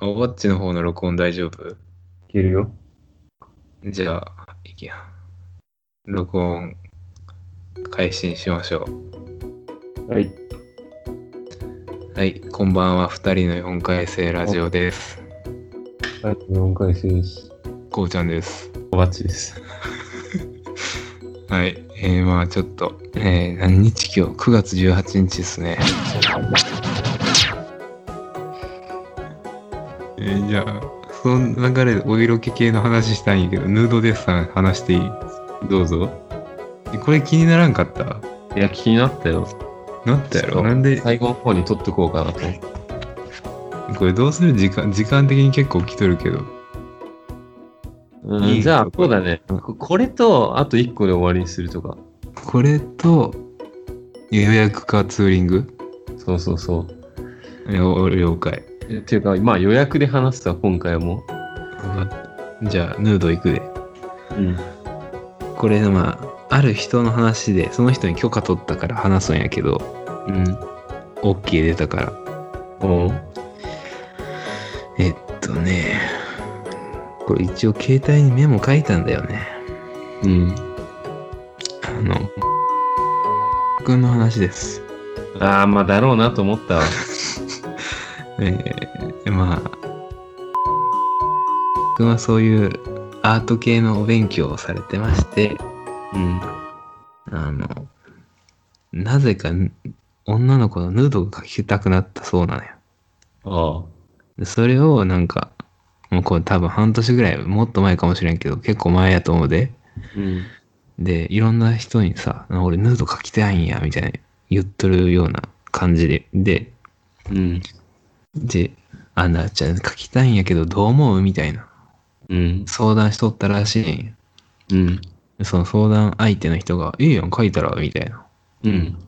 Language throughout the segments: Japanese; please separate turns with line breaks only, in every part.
ッチの方の録音大丈夫
いけるよ。
じゃあ、いきや。録音、開始しましょ
はい。
う。はい、こんばんは。二人の四回生ラジオです。
はい、4回生です。
こうちゃんです。
おばっちです。
はい。えー、まあちょっと、えー、何日今日 ?9 月18日ですね。えー、じゃあ、その流れでお色気系の話したいんやけど、ヌードデッサン話していい
どうぞ。
えこれ気にならんかった
いや、気になったよ。
なったや
そ
ろ
う
なんで、
最後の方に撮ってこうかなと思って。
これどうする時間、時間的に結構来とるけど。
うん、
いい
じゃあ
そ、こ
そうだね。
うん
ここれと、あと1個で終わりにするとか。
これと、予約かツーリング
そうそうそう。
了了解。
えっていうか、まあ予約で話すわ、今回はも
じゃあ、ヌード行くで。
う。うん。
これまあある人の話でその人に許可取ったから話すんやけどうん OK 出たから
おう
えっとねこれ一応携帯にメモ書いたんだよね
うん。
あの君の話です
ああ、まあだろうなと思ったわ。
えーまあ君はそういうアート系のお勉強をされてまして
うん。
あのなぜか女の子のヌードが書きたくなったそうなのよ
ああ。
でそれをなんか、もうこれ多分半年ぐらい、もっと前かもしれんけど、結構前やと思うで。
うん。で、
で、いろんな人にさ、あ俺ヌード描きたいんや、みたいな言っとるような感じで。で、
うん。
で、あなちゃん描きたいんやけどどう思うみたいな
うん。
相談しとったらしいんよ
うん。
でその相談相手の人が、いいやん、描いたら、みたいな。
うん。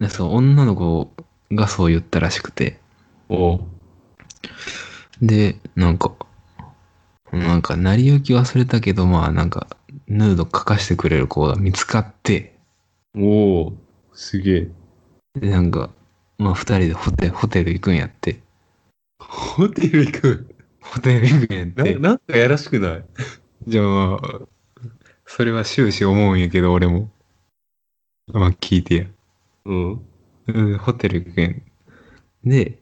で、そう、女の子がそう言ったらしくて。
おう。
で、なんか、なんか、成り行き忘れたけど、まあ、なんか、ヌード書かしてくれる子が見つかって、
おお。すげえ。
で、なんか、まあ、二人でホテル、ホテル行くんやって。
ホテル行く。
ホテル行くんやっ
な
て。
なんかやらしくない
じゃあ、まあ、それは終始思うんやけど、俺も。まあ、聞いてや。
うん。
うん、ホテル行くんやで、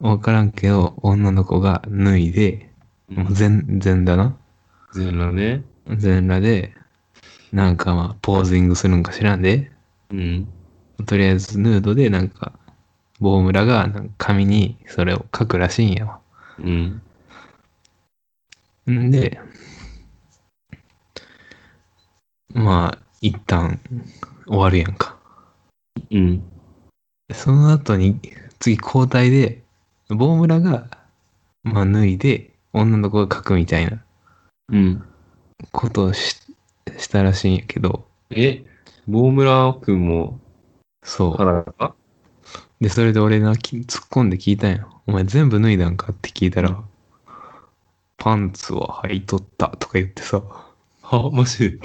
わからんけど、女の子が脱いで、もう全、全だな。
全裸ね。
全裸で、なんかまあ、ポージングするんか知らんで。
うん。
とりあえずヌードでなんか、ボウムラがなんか紙にそれを書くらしいんやわ。
うん。
んで、まあ、一旦終わるやんか。
うん。
その後に、次交代で、ボウムラが、まあ脱いで、女の子が書くみたいな
うん。
ことをししたらしいんやけど、
え、ボウムラー君も
そ
原か
う。で、それで俺な、き突っ込んで聞いたんや。お前全部脱いだんかって聞いたら、パンツは履いとったとか言ってさ。
は、マジ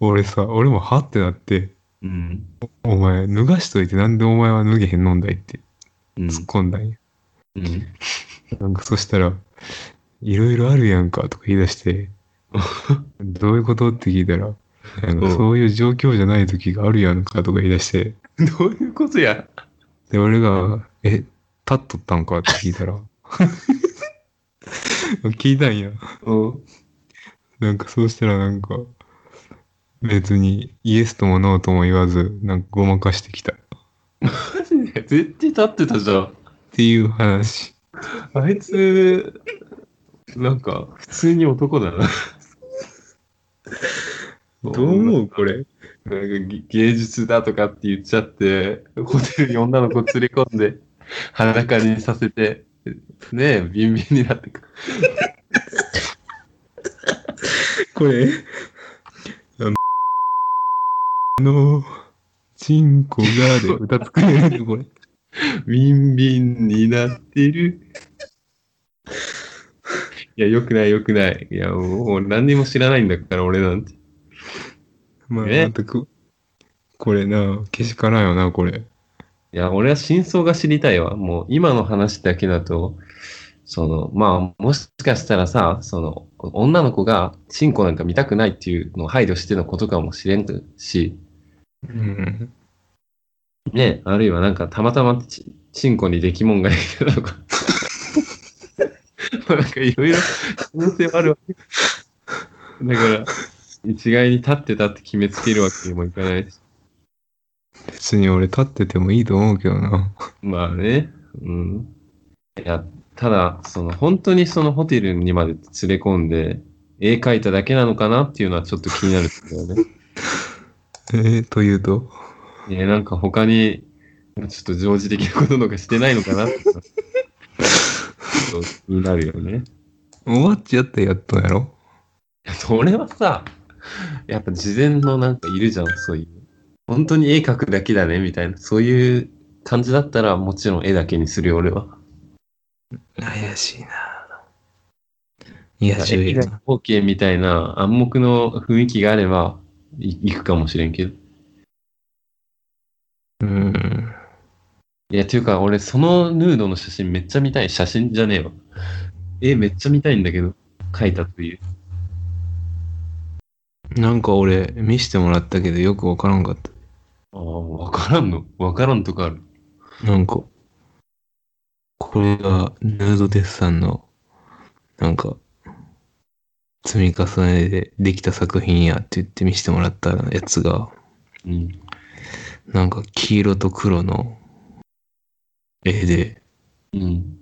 俺さ、俺もはってなって、
うん。
お前脱がしといてなんでお前は脱げへんのんだいって
うん。
突っ込んだんや。
うん。
なんかそしたら、いろいろあるやんかとか言い出 して、どういうことって聞いたら、なんか
うん
そういう状況じゃない時があるやんかとか言い出して、
どういうことや
で、俺が、え、立っとったんかって聞いたら、 聞いたんや。
うん。
なんかそうしたらなんか、別にイエスともノーとも言わず、なんかごまかしてきたっ
マジで絶対立ってたじゃん。
ていう話。
あいつ、なんか、普通に男だな。
うこれ。
なんかぎ芸術だとかって言っちゃって、ホテルに女の子連れ込んで、裸にさせて、ねえ、ビンビンになってく
これ、あの、あの、チンコがで歌作れるこれ。
ビンビンになってる。いや、よくないよくない。いや、もう何にも知らないんだから、俺なんて。
まあ、
え
全く、これな、けしからんよな、これ。
いや、俺は真相が知りたいわ。もう今の話だけだと、その、まあ、もしかしたらさ、その、女の子がチンコなんか見たくないっていうのを配慮してのことかもしれんし、
うん。
ね、あるいはなんかたまたまチチンコに出来んがいるとか。 なんかいろいろ可能性はあるわけ。だから、一概に立ってたって決めつけるわけにもいかないし。
別に俺立っててもいいと思うけどな。
まあね、うん。いや、ただ、その本当にそのホテルにまで連れ込んで、絵描いただけなのかなっていうのはちょっと気になるんだよね。
えー、というと、
いや、なんか他に、ちょっと常時的なこととかしてないのかなって。ちょっと気になるよね。
終わっちゃったやっとやろ
それはさ、やっぱ事前のなんかいるじゃん、そういう。本当に絵描くだけだね、みたいな。そういう感じだったら、もちろん絵だけにするよ、俺は。
怪しいないや、重
絵以
要
外
な。
の風景みたいな暗黙の雰囲気があれば、い行くかもしれんけど。
うん。
いや、ていうか、俺、そのヌードの写真めっちゃ見たい。写真じゃねえわ。絵めっちゃ見たいんだけど、描いたという。
なんか俺、見してもらったけどよくわからんかった。
ああ、わからんのわからんとこある。
なんか、これがヌードデッサンの、なんか、積み重ねでできた作品やって言って見せてもらったやつが、
うん。
なんか黄色と黒の絵で、
うん。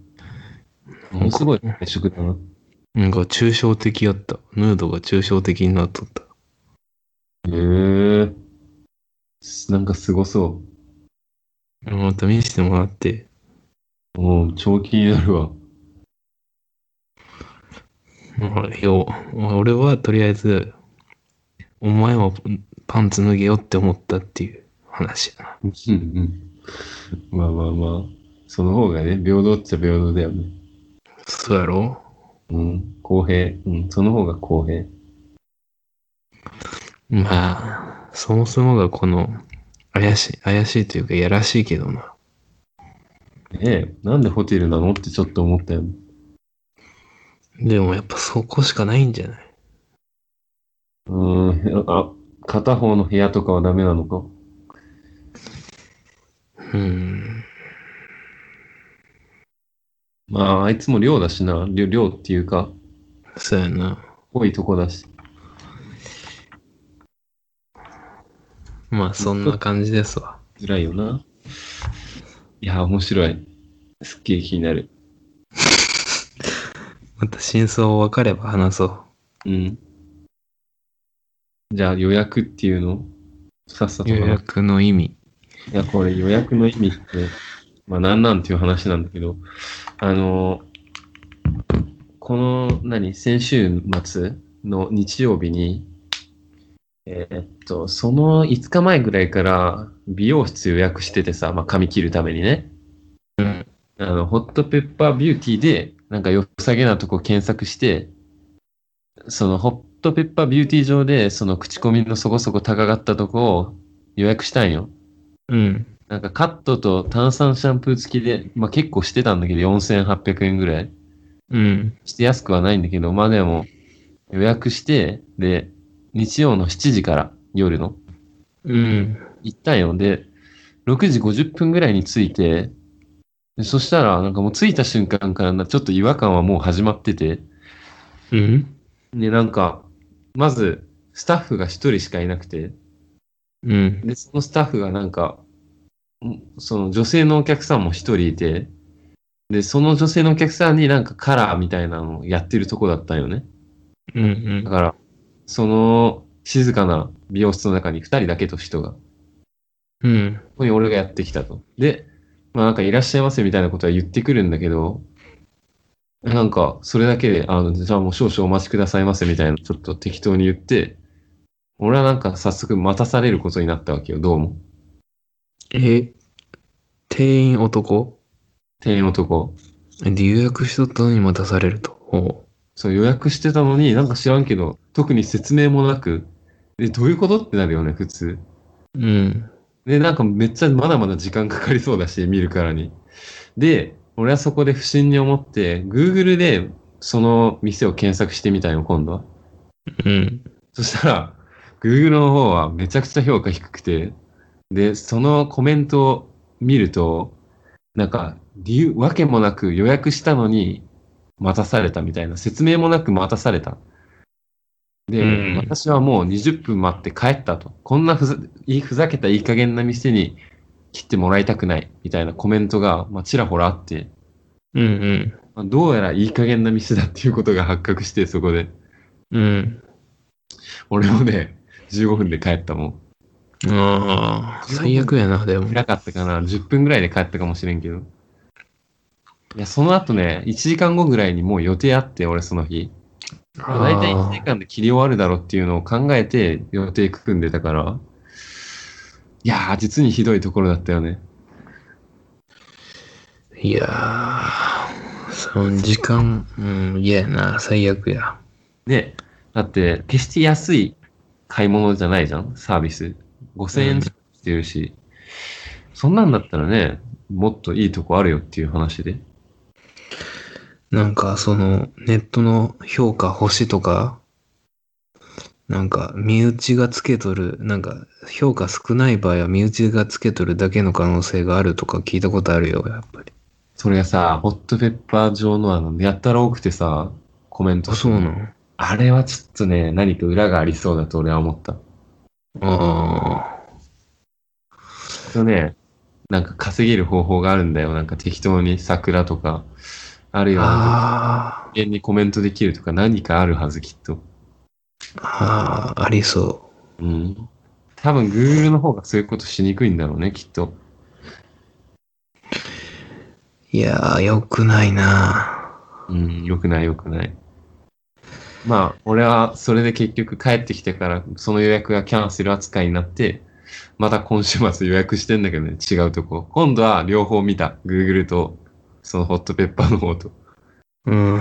ものすごい配色だな。
なんか抽象的やった。ヌードが抽象的になっとった。
へえ。なんかすごそ
また見せてもらって、
う。もう、超気になるわ。
まあよ俺はとりあえず、お前はパンツ脱げよって思ったっていう話やな。
うんうん。まあまあまあ。その方がね、平等っちゃ平等だよね。
そうやろ
うん。公平。うん。その方が公平。
まあ、そもそもがこの、怪しい、怪しいというか、やらしいけどな。
ねえ、なんでホテルなのってちょっと思ったよね。
でもやっぱそこしかないんじゃないう
ーん。あ、片方の部屋とかはダメなのか。
うん。
まあ、あいつも寮だしな。寮寮っていうか、
そうやな。
多いとこだし。
まあ、そんな感じですわ。
辛いよな。いや、面白い。すっげえ気になる。
また真相分かれば話そう。
うん。じゃあ予約っていうのをさっさと
予
話す。
約の意味。
いや、これ予約の意味って、まあなんなんっていう話なんだけど、あの、この、何、先週末の日曜日に、えーっと、その5日前ぐらいから美容室予約しててさ、まあ髪切るためにね。
うん。
あの、ホットペッパービューティーで、なんか良さげなとこ検索して、そのホットペッパービューティー上で、その口コミのそこそこ高かったとこを予約したんよ。
うん。
なんかカットと炭酸シャンプー付きで、まあ結構してたんだけど、4800円ぐらい。
うん。
して安くはないんだけど、まあでも予約して、で、日曜の7時から夜の
うん。
行ったんよ。で、6時50分ぐらいに着いて、でそしたら、なんかもう着いた瞬間からな、ちょっと違和感はもう始まってて、
うん。
で、なんか、まず、スタッフが一人しかいなくて、
うん。
で、そのスタッフがなんか、んその女性のお客さんも一人いて、で、その女性のお客さんになんかカラーみたいなのをやってるとこだったんよね。
うん。うん
だ。から、その静かな美容室の中に二人だけと人が。
うん。
ここに俺がやってきたと。で、まあなんかいらっしゃいませみたいなことは言ってくるんだけど、なんかそれだけで、あの、じゃあもう少々お待ちくださいませみたいなちょっと適当に言って、俺はなんか早速待たされることになったわけよ、どうも。
え、店員男
店員男。
で、予約しとったのに待たされると。ほ
そう予約してたのになんか知らんけど、特に説明もなく、え、どういうことってなるよね、普通。
う。うん。
で、なんかめっちゃまだまだ時間かかりそうだし、見るからに。で、俺はそこで不審に思って、Google でその店を検索してみたよ、今度は。
うん。
そしたら、Google の方はめちゃくちゃ評価低くて、で、そのコメントを見ると、なんか、理由、わけもなく予約したのに待たされたみたいな、説明もなく待たされた。で、
うん
私はもう20分待って帰ったと。こんなふざいいふざけたいい加減な店に切ってもらいたくないみたいなコメントが、まあ、ちらほらあって、
うん
まあどうやらいい加減な店だっていうことが発覚して、そこで。
うん。うん。
俺もね、15分で帰ったもん。
ああ、最悪やな、でも。
暗かったかな。10分ぐらいで帰ったかもしれんけど。いや、その後ね、1時間後ぐらいにもう予定あって、俺その日。まあ大体1時間で切り終わるだろうっていうのを考えて予定組んでたから。いやー、実にひどいところだったよね。
いやー、その時間、うん、嫌やな、最悪や。
で、だって、決して安い買い物じゃないじゃんサービス。5000
うん
円してるし。そんなんだったらね、もっといいとこあるよっていう話で。
なんか、その、ネットの評価、星とか、なんか、身内がつけとる、なんか、評価少ない場合は身内がつけとるだけの可能性があるとか聞いたことあるよ、やっぱり。
それがさ、ホットペッパー上のあの、やったら多くてさ、コメント
あ、そうなの
あれはちょっとね、何か裏がありそうだと俺は思った。
あ
きっとね、なんか稼げる方法があるんだよ。なんか適当に桜とか、あるい
あ。
は
あ
永遠にコメントできるとか何かあるはずきっと。
あ、ああ、ありそ
うん。多分 Google の方がそういうことしにくいんだろうね、きっと。
う。いやー、よくないな。
うん、良くない良くない。まあ、俺はそれで結局帰ってきてから、その予約がキャンセル扱いになって、また今週末予約してんだけどね、違うとこ。今度は両方見た。Google と、そのホットペッパーの方と。
うん。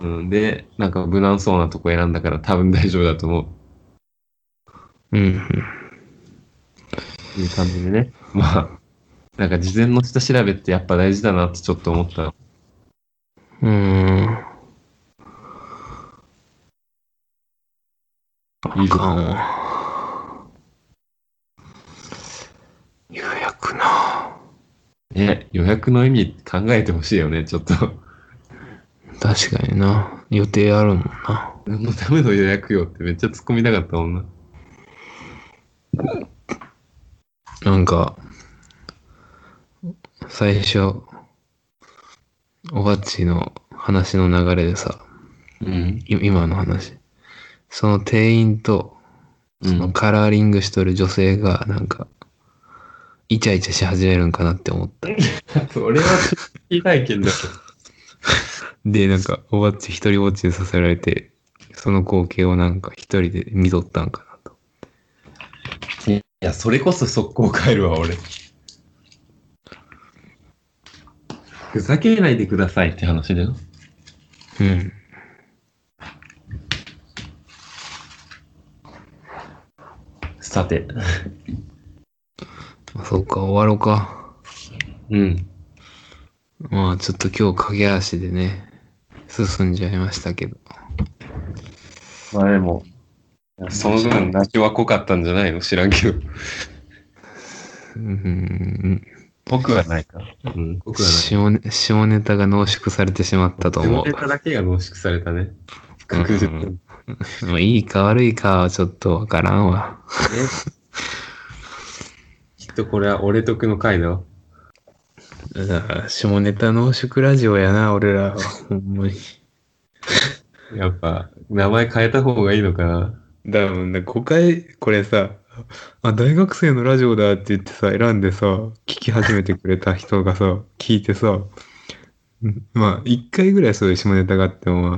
うん、で、なんか無難そうなとこ選んだから多分大丈夫だと思う。
うん。
っていう感じでね。まあ、なんか事前の下調べってやっぱ大事だなってちょっと思った。
うーん。
いい
あ
ぞ
かんわ。予約な。
ね、予約の意味考えてほしいよね、ちょっと。
確かにな。予定あるもんな。
何のための予約よってめっちゃ突っ込みたかったもんな。
なんか、最初、おばっちの話の流れでさ、
うん。
い今の話。その店員と、
う
その
ん。
カラーリングしとる女性が、なんか、イチャイチャし始めるんかなって思った。
それは聞きたいけど。
で、なんか、おばっち一人ぼっちにさせられて、その光景をなんか一人で見とったんかなと。
いや、それこそ速攻帰るわ、俺。ふざけないでくださいって話だよ。
うん。
さて。
あそうか、終わろうか。
うん。
まあ、ちょっと今日駆け足でね、進んじゃいましたけど。
まあでも、その分、ラジオは濃かったんじゃないの知らんけど。
うん。
僕はないか。うん、僕はない。
下ネ下ネタが濃縮されてしまったと思
下ネタだけが濃縮されたね。
確実にう。まあいいか悪いかはちょっとわからんわ。
きっとこれは俺得の回だわ。
うん下ネタ濃縮ラジオやな、俺らは。ほんまに。
やっぱ、名前変えた方がいいのかな。
だもんね、5回、これさ、あ、大学生のラジオだって言ってさ、選んでさ、聞き始めてくれた人がさ、聞いてさ、うんまあ、1回ぐらいそういう下ネタがあっても、まあ、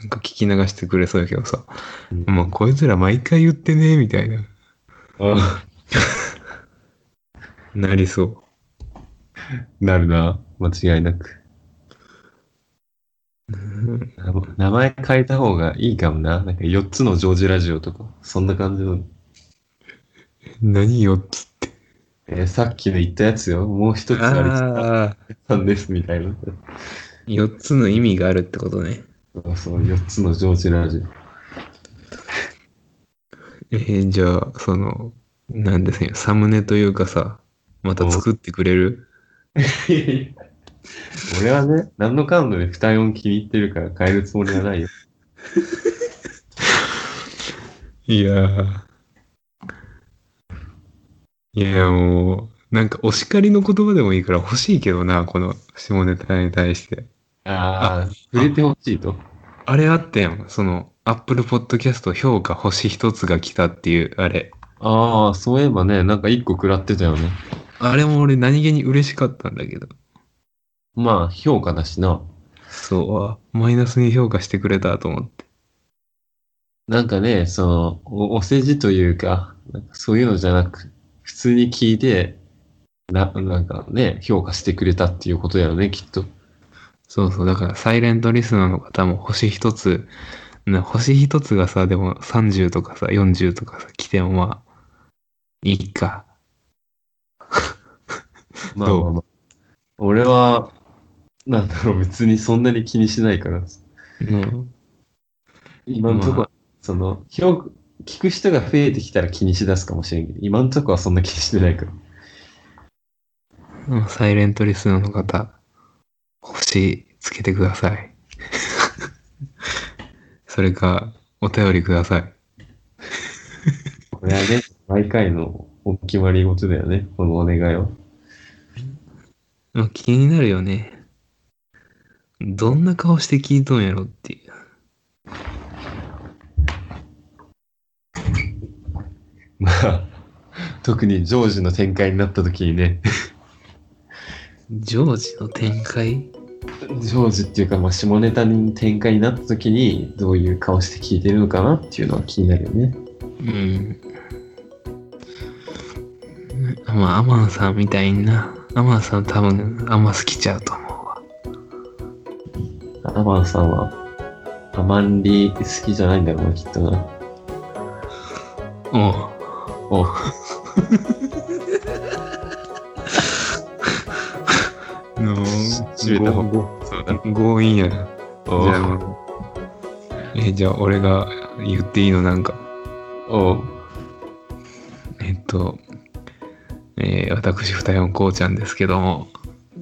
なんか聞き流してくれそうやけどさ、
うん
まあ、こいつら毎回言ってね、みたいな、
あ
なりそ
なるな。間違いなく。
う。うん
名前変えた方がいいかもな。なんか4つのジョージラジオとか、そんな感じの。
何4つっ
えーさっきの言ったやつよ、もう一つありさ
ああ、
んですみたいな。
4つの意味があるってことね。
そうそう、4つのジョージラジ。
えーじゃあ、その、なんですね、サムネというかさ、また作ってくれる
俺はね、何のカウントで二重音気に入ってるから変えるつもりはないよ。
いやー。いや、もう、なんかお叱りの言葉でもいいから欲しいけどな、この下ネタに対して。
ああ、触れてほしいと。
あれあったやん。その、Apple Podcast 評価星一つが来たっていう、あれ。
ああ、そういえばね、なんか一個食らってたよね。
あれも俺何気に嬉しかったんだけど。
まあ、評価だしな。
そう、あマイナスに評価してくれたと思って。
なんかね、その、おお世辞というか、なんかそういうのじゃなく、普通に聞いて、な、なんかね、評価してくれたっていうことだよね、きっと。
そうそう、だからサイレントリスナーの方も星一つ、な星一つがさ、でも30とかさ、40とかさ、来てもまあ、いいか。
まあまあまあ。俺は、なんだろう、別にそんなに気にしないから。
うん
今のとこは、その、広く、聞く人が増えてきたら気にしだすかもしれんけど、今のとこはそんな気にしてないから。
うんサイレントリスナーの方、星つけてください。 それか、お便りください。
これはね、毎回のお決まり事だよね、このお願いは。
まあ気になるよね。どんな顔して聞いとんやろっていう。
まあ、 特にジョージの展開になった時にね、
ジョージの展開
ジョージっていうか、まあ、下ネタに展開になった時に、どういう顔して聞いてるのかなっていうのは気になるよね。
うん。まあ、アマンさんみたいにな。アマンさん多分、あんま好きちゃうと思うわ。
アマンさんは、あまり好きじゃないんだろうな、きっとな。
おう
お う
の
知れた方
強
そう
強引やな。
お
じゃあまあ、え、じゃあ俺が言っていいのなんか。
おう
えっと、えー私二重のこうちゃんですけども、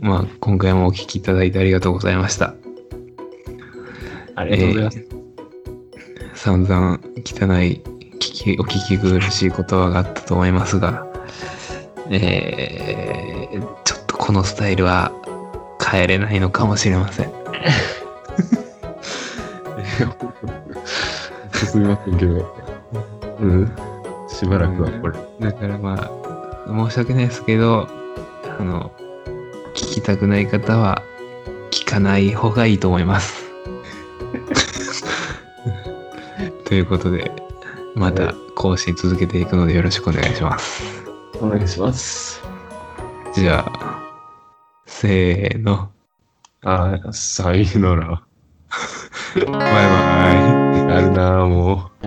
まあ、今回もお聞きいただいてありがとうございました。
あり
え
がとうございます。
ー散々汚い聞き、お聞き苦しい言葉があったと思いますが、えーちょっとこのスタイルは変えれないのかもしれません。
進みませんけど。うん。しばらくはこれ。
だからまあ、申し訳ないですけど、あの、聞きたくない方は、聞かない方がいいと思います。ということで、ま
は
た
い
更新続けていくのでよろしくお願いします。
お願いします。
じゃあ、せーの、
ああ、さよなら。
バイバイ。
やるなあもう。